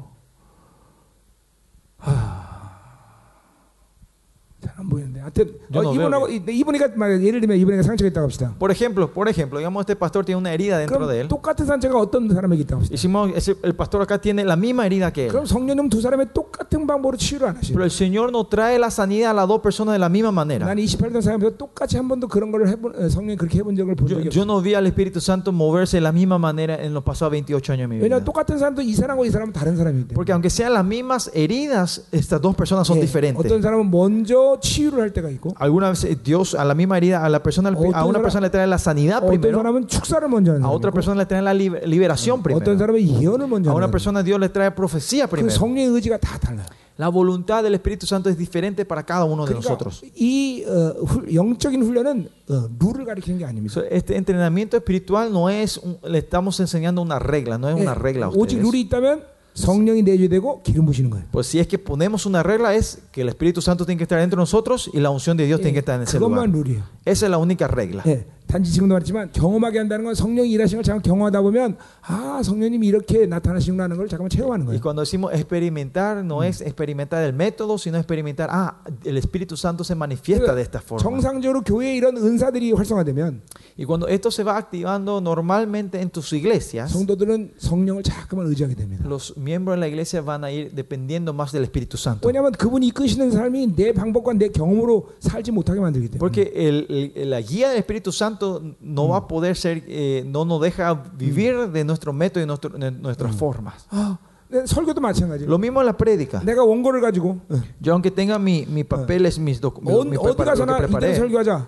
Speaker 1: 잘안 보이는데. 하여튼 어,
Speaker 2: 너는
Speaker 1: 이분하고 이, 이분이가 막 예를 들면 이분에게 상처가 있다고 합시다.
Speaker 2: por ejemplo, por ejemplo, digamos este pastor tiene una herida dentro de
Speaker 1: 그럼
Speaker 2: él.
Speaker 1: 똑같은 상처가 어떤 사람에게 있다고 합시다.
Speaker 2: Hicimos, ese- el pastor acá tiene la misma herida que él.
Speaker 1: 그럼 성령님 두 사람의 똑같은 방법으로 치유를 안 하시죠.
Speaker 2: Pero el Señor no trae la sanidad a las dos personas de la misma manera.
Speaker 1: 난 28년 살면서 똑같이 한 번도 그런 걸 해본 어, 성령이 그렇게 해본 적을 본
Speaker 2: Yo,
Speaker 1: 적이 없어요.
Speaker 2: yo no vi al Espíritu Santo moverse de la misma manera en los pasados 28 años de mi vida.
Speaker 1: 왜냐하면 똑같은 사람도 이 사람하고 이 사람은 다른 사람이기 때문에
Speaker 2: Porque aunque sean las mismas heridas, estas dos personas son
Speaker 1: 예,
Speaker 2: diferentes.
Speaker 1: 어떤 사람은 먼저 치유를 할 때가 있고
Speaker 2: Alguna vez eh, Dios a la misma herida, a, la persona, a una
Speaker 1: Otro-
Speaker 2: persona le trae la sanidad
Speaker 1: 어떤
Speaker 2: primero,
Speaker 1: 사람은 축사를 먼저 하는
Speaker 2: a
Speaker 1: 사람이
Speaker 2: otra
Speaker 1: 있고
Speaker 2: persona le trae la libe- liberación
Speaker 1: 어떤
Speaker 2: primero,
Speaker 1: 사람은 예언을 먼저
Speaker 2: a una
Speaker 1: 하는 사람이
Speaker 2: persona Dios le trae profecía
Speaker 1: 있고 그
Speaker 2: primero.
Speaker 1: 성령의 의지가 다 달라요
Speaker 2: La voluntad del Espíritu Santo es diferente para cada uno de
Speaker 1: 그러니까
Speaker 2: 어, nosotros.
Speaker 1: 이 어, 훌- 영적인 훈련은 어, 룰을 가리키는 게 아닙니다
Speaker 2: So, Este entrenamiento espiritual no es, un- le estamos enseñando una regla, no es una
Speaker 1: 예,
Speaker 2: regla a
Speaker 1: 오직
Speaker 2: ustedes.
Speaker 1: 룰이 있다면 성령이 내주되고 기름 부시는 거예요
Speaker 2: Pues si es que ponemos una regla es que el Espíritu Santo tiene que estar dentro de nosotros y la unción de Dios tiene que estar en ese lugar.
Speaker 1: 그것만 예, 룰이에요
Speaker 2: Esa es la única regla.
Speaker 1: 예, 단지 지금도 말했지만 경험하게 한다는 건 성령이 일하시는 걸 잠깐 경험하다 보면 아 성령님이 이렇게 나타나시구나는 걸 잠깐만 체험하는
Speaker 2: Y
Speaker 1: 거예요.
Speaker 2: cuando decimos experimentar, no es experimentar el método, sino experimentar, ah, el Espíritu Santo se manifiesta de esta forma.
Speaker 1: 정상적으로 교회에 이런 은사들이 활성화되면
Speaker 2: Y cuando esto se va activando normalmente en tus iglesias,
Speaker 1: 성도들은 성령을 자꾸만 의지하게 됩니다.
Speaker 2: los miembros de la iglesia van a ir dependiendo más del Espíritu Santo.
Speaker 1: 왜냐하면 그분이 이끄시는 삶이 내 방법과 내 경험으로 살지 못하게 만들기 때문에.
Speaker 2: Porque el- el- la guía del Espíritu Santo no va a poder ser, eh, no nos deja vivir de nuestro método y nuestro- de
Speaker 1: Mm.
Speaker 2: nuestras formas.
Speaker 1: 아, 네, 설교도 마찬가지.
Speaker 2: Lo mismo en la prédica.
Speaker 1: 내가 원고를 가지고
Speaker 2: Yo aunque tenga mi- mis papeles, mis
Speaker 1: 어,
Speaker 2: documentos,
Speaker 1: 어디 가서나 이대로 설교하자.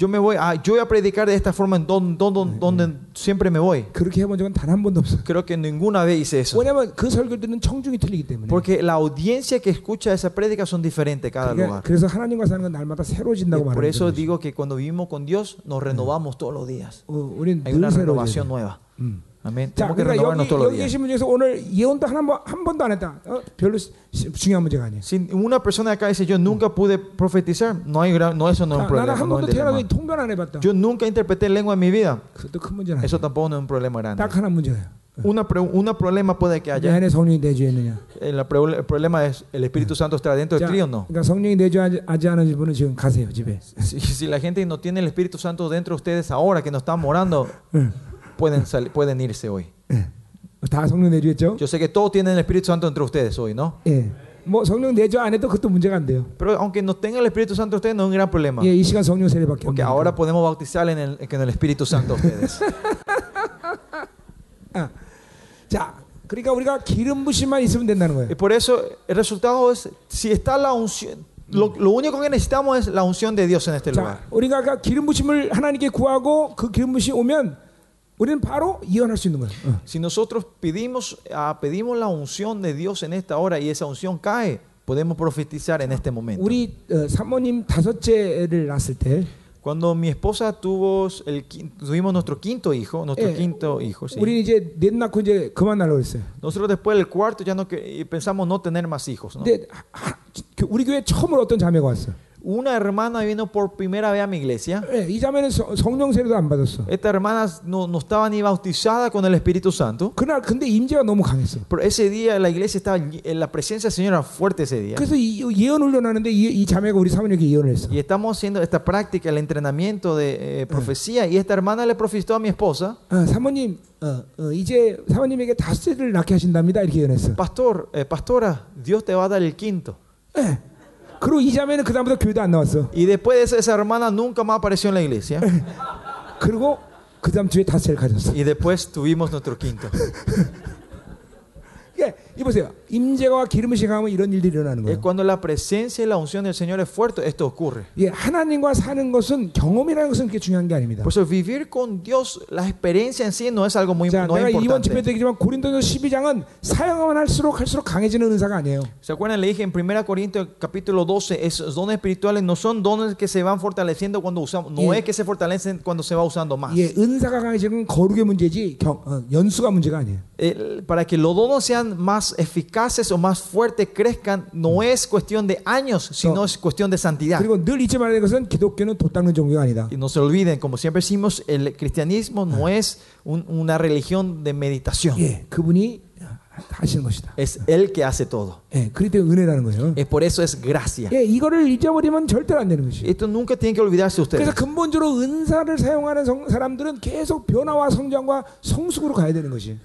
Speaker 2: yo me voy a, ah, yo voy a predicar de esta forma en don- don- don- donde siempre me voy.
Speaker 1: 그렇게 해본 적은 단 한 번도 없어요.
Speaker 2: Creo que ninguna vez hice eso.
Speaker 1: 왜냐하면 그 설교들은 청중이 틀리기 때문에.
Speaker 2: Porque la audiencia que escucha esa prédica son diferentes cada
Speaker 1: 그러니까
Speaker 2: lugar.
Speaker 1: 그래서 하나님과 사는 건 날마다
Speaker 2: Y
Speaker 1: 새로워진다고
Speaker 2: por
Speaker 1: 말하는
Speaker 2: eso
Speaker 1: 거죠.
Speaker 2: digo que cuando vivimos con Dios nos renovamos todos los días.
Speaker 1: 어, 우리는
Speaker 2: Hay
Speaker 1: 늘
Speaker 2: una
Speaker 1: 새로워져야
Speaker 2: renovación
Speaker 1: 돼.
Speaker 2: nueva.
Speaker 1: 음.
Speaker 2: Amén.
Speaker 1: 자,
Speaker 2: Tenemos que
Speaker 1: 그러니까
Speaker 2: renovarnos
Speaker 1: 여기,
Speaker 2: todos los
Speaker 1: 여기
Speaker 2: días.
Speaker 1: 계신 분 중에서 오늘 예언도 한 번, 한 번도 안 했다. 어? 별로 시- 중요한 문제가 아니에요.
Speaker 2: Si una persona acá dice yo nunca pude profetizar, no hay gran- no eso no es
Speaker 1: 아, 나는
Speaker 2: un problema.
Speaker 1: 한
Speaker 2: no es
Speaker 1: 번도
Speaker 2: un
Speaker 1: 태어나서
Speaker 2: dilema.
Speaker 1: 통변 안 해봤다.
Speaker 2: Yo nunca interpreté lengua en mi vida.
Speaker 1: 그것도 큰 문제는 아니에요.
Speaker 2: Eso tampoco no es un problema grande.
Speaker 1: 딱 하나 문제예요.
Speaker 2: Una, pre- una problema puede que
Speaker 1: 내
Speaker 2: haya.
Speaker 1: 안에 성령이 내주에 있느냐.
Speaker 2: El, pro- el problema es, ¿el Espíritu Santo está dentro de
Speaker 1: 자,
Speaker 2: ti o no?
Speaker 1: 그러니까 성령이 내주하지 않은 분은 지금 가세요 집에.
Speaker 2: Si, si la gente no tiene el Espíritu Santo dentro de ustedes ahora que no están morando, pueden, sali- pueden irse hoy.
Speaker 1: 다 성령 내주했죠?
Speaker 2: Yo sé que todos tienen el Espíritu Santo dentro de ustedes hoy, ¿no?
Speaker 1: 예. 뭐 성령 내주 안 해도 그것도 문제가 안 돼요.
Speaker 2: Pero aunque no tengan el Espíritu Santo ustedes, no es un gran problema.
Speaker 1: 예, 이 시간 성령 세례밖에
Speaker 2: Porque
Speaker 1: 없는
Speaker 2: ahora podemos bautizar en el, en el Espíritu Santo a ustedes.
Speaker 1: 아. 자, 그러니까 우리가 기름 부심만 있으면 된다는 거예요.
Speaker 2: Y por eso el resultado es, si está la unción, lo, lo único que necesitamos es la unción de Dios en este lugar.
Speaker 1: 자, 우리가 그 기름 부심을 하나님께 구하고 그 기름 부심 오면 우리는 바로 예언할 수 있는 거예요. 어.
Speaker 2: Si nosotros pedimos, ah, pedimos la unción de Dios en esta hora y esa unción cae, podemos profetizar en este momento.
Speaker 1: 우리 어, 사모님 다섯째를 낳았을 때
Speaker 2: Cuando mi esposa tuvo el quin- tuvimos nuestro quinto hijo, nuestro
Speaker 1: Eh,
Speaker 2: quinto hijo, sí.
Speaker 1: 우리는 이제 넷 낳고 이제 그만 날라고 했어요.
Speaker 2: Nosotros después del cuarto ya no que- y pensamos no tener más hijos. ¿no?
Speaker 1: 근데 하- 하- 그 우리 교회 처음으로 어떤 자매가 왔어.
Speaker 2: Una hermana vino por primera vez a mi iglesia.
Speaker 1: 예, 이 자매는 성- 성령 세례도 안 받았어.
Speaker 2: Esta hermana no, no estaba ni bautizada con el Espíritu Santo.
Speaker 1: 그날 근데 임재가 너무 강했어.
Speaker 2: Pero ese día la iglesia estaba, ll- en la presencia del Señor era fuerte ese día.
Speaker 1: 그래서 이, 이 예언 훈련하는데 이, 이 자매가 우리 사모님에게 예언을 했어.
Speaker 2: Y estamos haciendo esta práctica, el entrenamiento de eh, profecía. Y esta hermana le profetizó a mi esposa,
Speaker 1: 아, 사모님, 어, 어, 이제 사모님에게 다섯째를 낳게 하신답니다. 이렇게 예언했어.
Speaker 2: pastor, eh, pastora, Dios te va a dar el quinto.
Speaker 1: 예. 그리고 이 자매는 그 다음부터 교회도 안 나왔어.
Speaker 2: Y después de eso, esa hermana nunca más apareció en la iglesia.
Speaker 1: 그리고 그 다음 주에 다섯째를 가졌어.
Speaker 2: Y después tuvimos nuestro quinto.
Speaker 1: 예, 이보세요. 임재와 기름이 강하면 이런 일들이 일어나는
Speaker 2: Es
Speaker 1: 거예요.
Speaker 2: cuando la presencia y la unción del Señor es fuerte, esto ocurre.
Speaker 1: 예, 하나님과 사는 것은 경험이라는 것은 그렇게 중요한 게 아닙니다.
Speaker 2: Por eso vivir con Dios, la experiencia en sí no es algo muy
Speaker 1: 자,
Speaker 2: no
Speaker 1: 내가
Speaker 2: es
Speaker 1: 이번 집회
Speaker 2: importante.
Speaker 1: 때지만 고린도서 12장은 사용하면 할수록 할수록 강해지는 은사가 아니에요.
Speaker 2: ¿Se acuerdan? Le dije en 1 Corintios capítulo 12, esos dones espirituales no son dones que se van fortaleciendo cuando usamos, no
Speaker 1: Y-
Speaker 2: es que se fortalecen cuando se va usando más.
Speaker 1: 예, 은사가 강해지는 건 거룩의 문제지 경- 어, 연수가 문제가 아니에요.
Speaker 2: El- para que los dones sean más eficaces o más fuertes, crezcan, no es cuestión de años, sino
Speaker 1: No.
Speaker 2: es cuestión de santidad.
Speaker 1: 그리고 늘 잊지 말아야 될 것은 기독교는 돛 닦는 종교가 아니다.
Speaker 2: Y no se olviden, como siempre decimos, el cristianismo no es un- una religión de meditación.
Speaker 1: 예, 그분이 하시는 것이다.
Speaker 2: Es Él que hace todo.
Speaker 1: 예, 그리 때문에 은혜라는 거예요.
Speaker 2: Es por eso es gracia.
Speaker 1: 예, 이거를 잊어버리면 절대로 안 되는 것이에요.
Speaker 2: Esto nunca tienen que olvidarse ustedes.
Speaker 1: 그래서 근본적으로 은사를 사용하는 성- 사람들은 계속 변화와 성장과 성숙으로 가야 되는 것이.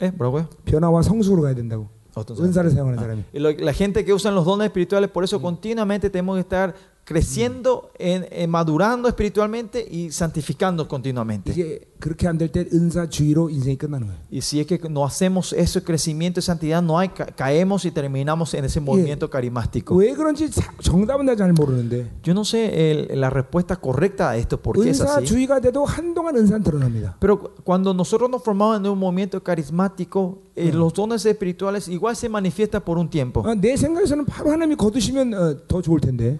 Speaker 2: ¿Eh? ¿Bravo?
Speaker 1: 변화와 성숙으로 가야 된다고.
Speaker 2: 어떤 사람?
Speaker 1: 은사를 사용하는 사람이. 아,
Speaker 2: Y lo- la gente que usan los dones espirituales, por eso continuamente tenemos que estar creciendo, en, en madurando espiritualmente y santificando continuamente.
Speaker 1: 이게 그렇게 안 될 때 은사주의로 인생이 끝나는 거예요.
Speaker 2: Y si es que no hacemos ese crecimiento y santidad, no hay, ca- caemos y terminamos en ese movimiento carimástico.
Speaker 1: 왜 그런지 사- 정답은 나 잘 모르는데
Speaker 2: Yo no sé el- la respuesta correcta a esto, por qué es así.
Speaker 1: 은사주의가 돼도 한동안 은사는 드러납니다.
Speaker 2: Pero cu- cuando nosotros nos formamos en un movimiento carismático, eh, los dones espirituales igual se manifiestan por un tiempo.
Speaker 1: 아, 내 생각에서는 바로 하나님이 거두시면 어, 더 좋을 텐데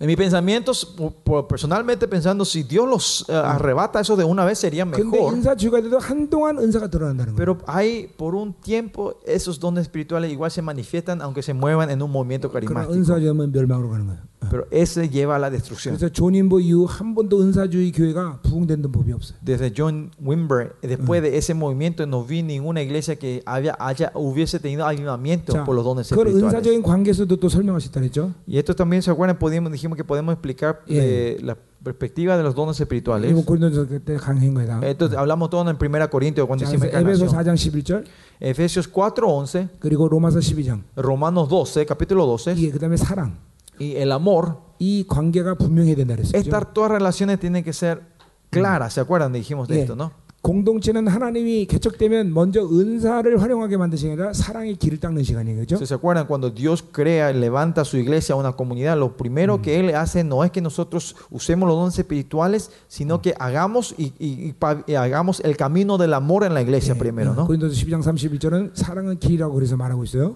Speaker 2: En mis pensamientos, po- po- personalmente pensando, si Dios los eh, arrebata eso de una vez sería
Speaker 1: 근데
Speaker 2: mejor.
Speaker 1: 은사주의가 돼도 한동안 은사가 드러난다는 거예요.
Speaker 2: Pero hay por un tiempo esos dones espirituales igual se manifiestan, aunque se muevan en un movimiento
Speaker 1: 그러나
Speaker 2: carismático.
Speaker 1: 은사주의면 멸망으로 가는 거예요.
Speaker 2: pero ese lleva a la destrucción.
Speaker 1: 그래서 존인보 이후 한 번도 은사주의 교회가 부흥된 법이 없어요.
Speaker 2: Desde John Wimber, después de ese movimiento, no vi ninguna iglesia que había, haya, hubiese tenido avivamiento
Speaker 1: 자,
Speaker 2: por los dones
Speaker 1: 그걸
Speaker 2: espirituales.
Speaker 1: 은사적인 관계에서도 또 설명할 수 있다 그랬죠.
Speaker 2: Y esto también, ¿se acuerdan? Podíamos, dijimos que podemos explicar eh, la perspectiva de los dones espirituales.
Speaker 1: 이거 고린도전서 그때 강해인 거다.
Speaker 2: Esto hablamos todo en 1 Corintios cuando
Speaker 1: 자,
Speaker 2: hicimos
Speaker 1: 그래서 에베소
Speaker 2: encarnación.
Speaker 1: 4장 11절
Speaker 2: Efesios 4.11,
Speaker 1: 그리고 로마서 12장
Speaker 2: Romanos 12, capítulo 12,
Speaker 1: 예, 그다음에 사랑
Speaker 2: y el amor.
Speaker 1: 이 관계가 분명해야 된다 그랬었죠.
Speaker 2: Estas todas relaciones tienen que ser claras, ¿se acuerdan? Dijimos de
Speaker 1: Yeah.
Speaker 2: esto, ¿no?
Speaker 1: 공동체는 하나님이 개척되면 먼저 은사를 활용하게 만든 시간이 아니라 사랑의 길을 닦는 시간이에요. 그렇죠? 그죠?
Speaker 2: Si ¿Se acuerdan? Cuando Dios crea, levanta su iglesia, una comunidad, lo primero que Él hace no es que nosotros usemos los dones espirituales, sino que hagamos y, y- y pa- y hagamos el camino del amor en la
Speaker 1: Eh,
Speaker 2: iglesia primero, ¿no?
Speaker 1: 예. 고린도서 12장 31절은 사랑은 길이라고 그래서 말하고 있어요.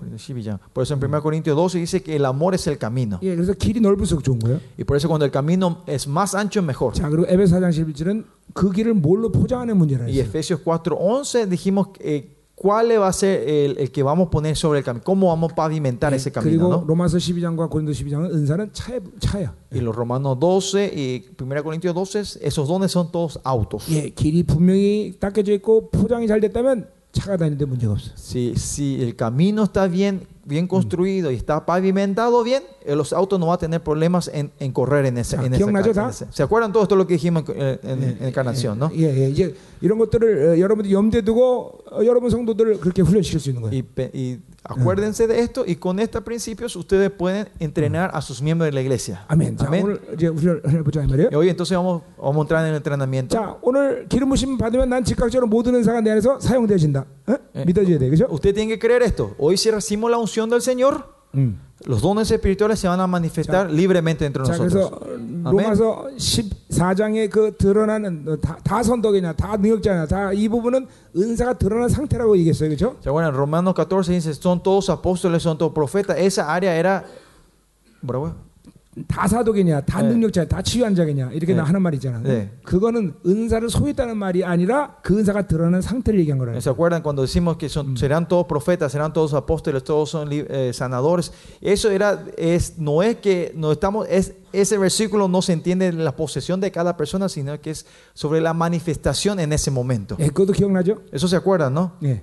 Speaker 2: Por eso en 1 Corintios 12 dice que el amor es el camino.
Speaker 1: 예, 그래서 길이 넓을수록 좋은 거예요.
Speaker 2: Y por eso cuando el camino es más ancho es mejor.
Speaker 1: 자, 그리고 에베소 4장 11절은 그 길을 뭘로 포장하는 문제라
Speaker 2: Y
Speaker 1: 했어요.
Speaker 2: Efesios 4:11 dijimos eh, cuál va a ser el, el que vamos a poner sobre el camino, cómo vamos a
Speaker 1: Eh,
Speaker 2: pavimentar ese
Speaker 1: 예,
Speaker 2: camino,
Speaker 1: 그리고
Speaker 2: ¿no?
Speaker 1: 로마서 12장과 고린도 12장은 은사는 차에, 차야.
Speaker 2: Y los Romanos 12 y 1 Corintios 12, esos dones son todos autos.
Speaker 1: 예, 길이 분명히 닦여져 있고 포장이 잘 됐다면 차가 다니는데 문제가 없어요.
Speaker 2: Si, si el camino está bien, bien construido y está pavimentado bien, eh, los autos no van a tener problemas en, en correr en ese,
Speaker 1: Ah,
Speaker 2: en esa
Speaker 1: ¿quién
Speaker 2: calle,
Speaker 1: está?
Speaker 2: en ese- ¿Se acuerdan todo esto lo que dijimos en, eh,
Speaker 1: 네,
Speaker 2: en- en Encarnación, no?
Speaker 1: 예, 예, 이제 이런 것들을 어, 여러분들 염두에 두고 어, 여러분 성도들을 그렇게 훈련시킬 수 있는 거예요.
Speaker 2: Y, pe- y acuérdense de esto y con estos principios ustedes pueden entrenar a sus miembros de la iglesia.
Speaker 1: 아멘. 자, 오늘 이제 훈련해 보자 이 말이에요.
Speaker 2: Y hoy entonces vamos, vamos a entrar en el entrenamiento.
Speaker 1: 자, 오늘 기름 부심 받으면 난 즉각적으로 모든 은사가 내 안에서 사용되어진다. 어?
Speaker 2: 예.
Speaker 1: 믿어줘야 돼, 그죠?
Speaker 2: Usted tiene que creer esto. Hoy si recibimos la unción del Señor,
Speaker 1: 음.
Speaker 2: los dones espirituales se van a manifestar libremente entre
Speaker 1: 자, 그래서
Speaker 2: nosotros.
Speaker 1: 어, 로마서 14장에 그 드러나는 어, 다, 다 선덕이냐, 다 능력자냐, 다 이 부분은 은사가 드러난 상태라고 얘기했어요, 그죠?
Speaker 2: ¿Se acuerdan? Romanos 14 dice, son todos apóstoles, son todos profetas. Esa área era... Bravo.
Speaker 1: 다 사독이냐, 다
Speaker 2: 네.
Speaker 1: 능력자냐, 다 치유한 자겠냐 이렇게
Speaker 2: 네.
Speaker 1: 나 하는 말 있잖아.
Speaker 2: 네.
Speaker 1: 그거는 은사를 소유했다는 말이 아니라 그 은사가 드러나는 상태를 얘기한 거라는
Speaker 2: ¿Se acuerdan cuando decimos que son, serán todos profetas, serán todos apóstoles, todos son li- eh, sanadores? Eso era, es, no es que no estamos, es, ese versículo no se entiende en la posesión de cada persona, sino que es sobre la manifestación en ese momento.
Speaker 1: 예, 그것도 기억나죠?
Speaker 2: Eso se acuerdan, ¿no?
Speaker 1: 예.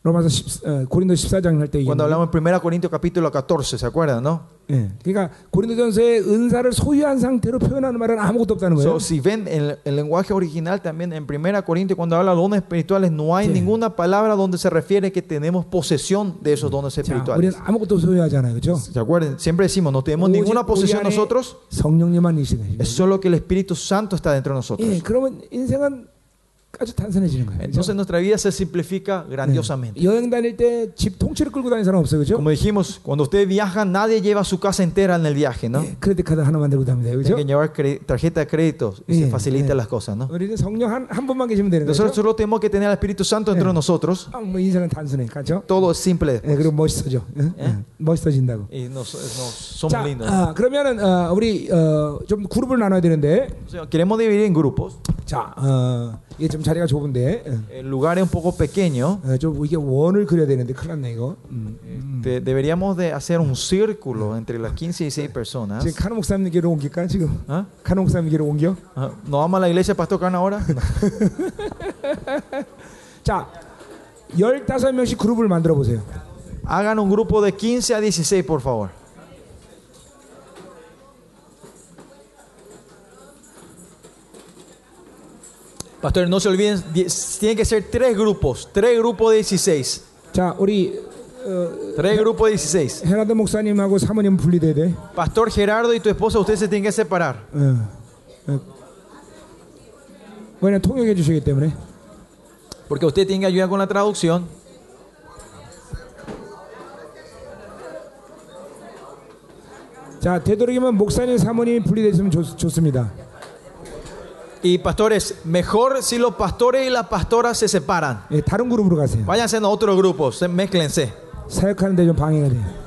Speaker 1: 로마서 10, 어, 고린도 14장 할 때 얘기한 거
Speaker 2: Cuando hablamos en 1 Corintios capítulo 14, ¿se acuerdan, no?
Speaker 1: 예. 그러니까 고린도전서의 은사를 소유한 상태로 표현하는 말은 아무것도 없다는 거예요.
Speaker 2: So, si ven el, el lenguaje original también en 1 Corintios, cuando habla de dones espirituales, no hay
Speaker 1: Sí.
Speaker 2: ninguna palabra donde se refiere que tenemos posesión de
Speaker 1: Mm.
Speaker 2: esos dones
Speaker 1: 자, 우리는
Speaker 2: espirituales.
Speaker 1: 아무것도 소유하잖아요. 그렇죠?
Speaker 2: ¿Se acuerdan? Siempre decimos, no tenemos
Speaker 1: Oye,
Speaker 2: ninguna
Speaker 1: oye,
Speaker 2: posesión
Speaker 1: ale-
Speaker 2: nosotros,
Speaker 1: 성령님만 이시네.
Speaker 2: es solo que el Espíritu Santo está dentro de nosotros.
Speaker 1: 예, 그러면 인생은 아주 단순해지는 거예요. 그죠? 예.
Speaker 2: Entonces nuestra vida se simplifica
Speaker 1: Eh,
Speaker 2: grandiosamente.
Speaker 1: 여행 다닐 때 집 통째로 끌고 다니는 사람 없어요. 그죠?
Speaker 2: Como dijimos, cuando ustedes viajan, nadie lleva su casa entera en el viaje, ¿no?
Speaker 1: 예, 크레딧 카드 하나 만들고 다닙니다. 그죠?
Speaker 2: Tienen que llevar cre- tarjeta de crédito y se
Speaker 1: Sí, sí.
Speaker 2: facilitan las cosas, ¿no?
Speaker 1: 우리는 성령 한, 한 분만 계시면 되는 거죠.
Speaker 2: Nosotros solo tenemos que tener al Espíritu Santo
Speaker 1: Eh.
Speaker 2: dentro de nosotros.
Speaker 1: 아, 뭐 인생은 단순해, 그렇죠?
Speaker 2: Todo es simple.
Speaker 1: 예, 그리고 멋있어져, 응?
Speaker 2: 예?
Speaker 1: 응, 멋있어진다고.
Speaker 2: Y nos, nos- somos
Speaker 1: 자,
Speaker 2: lindos.
Speaker 1: 아, 그러면은 어, 우리 어, 좀 그룹을 나눠야 되는데,
Speaker 2: O sea, queremos dividir en grupos,
Speaker 1: 자, 어, 이게 좀 자리가 좁은데, 응.
Speaker 2: el lugar es un poco pequeño,
Speaker 1: 어, 좀 이게 원을 그려야 되는데 큰일 났네 이거. 음.
Speaker 2: Este, deberíamos de hacer un círculo entre las 15 y 6 personas.
Speaker 1: 지금 카노 목사님께로 옮길까 지금?
Speaker 2: ¿Ah?
Speaker 1: 카노 목사님께로 옮겨?
Speaker 2: Ah, ¿No vamos a la iglesia Pastor Can ahora? No.
Speaker 1: 자, 1 5 명씩 그룹을 만들어 보세요.
Speaker 2: Hagan un grupo de 15 a 16, por favor. Pastor, no se olviden, diez- tienen que ser tres grupos, tres grupos de 16,
Speaker 1: 자, 우리 어,
Speaker 2: tres grupos de 16.
Speaker 1: 헤라드 목사님하고 사모님 분리돼야 돼.
Speaker 2: Pastor Gerardo y tu esposa, ustedes se tienen que separar.
Speaker 1: 어, 어. 왜냐 통역해 주시기 때문에.
Speaker 2: Porque usted tiene que ayudar con la traducción.
Speaker 1: 자 되도록이면 목사님 사모님이 분리되시면 좋, 좋습니다.
Speaker 2: Y pastores, mejor si los pastores y las pastoras se separan.
Speaker 1: 예, 다른 그룹으로 가세요.
Speaker 2: Váyanse a otro grupo, se- mezclense.
Speaker 1: 사역하는데 좀 방해가 돼요.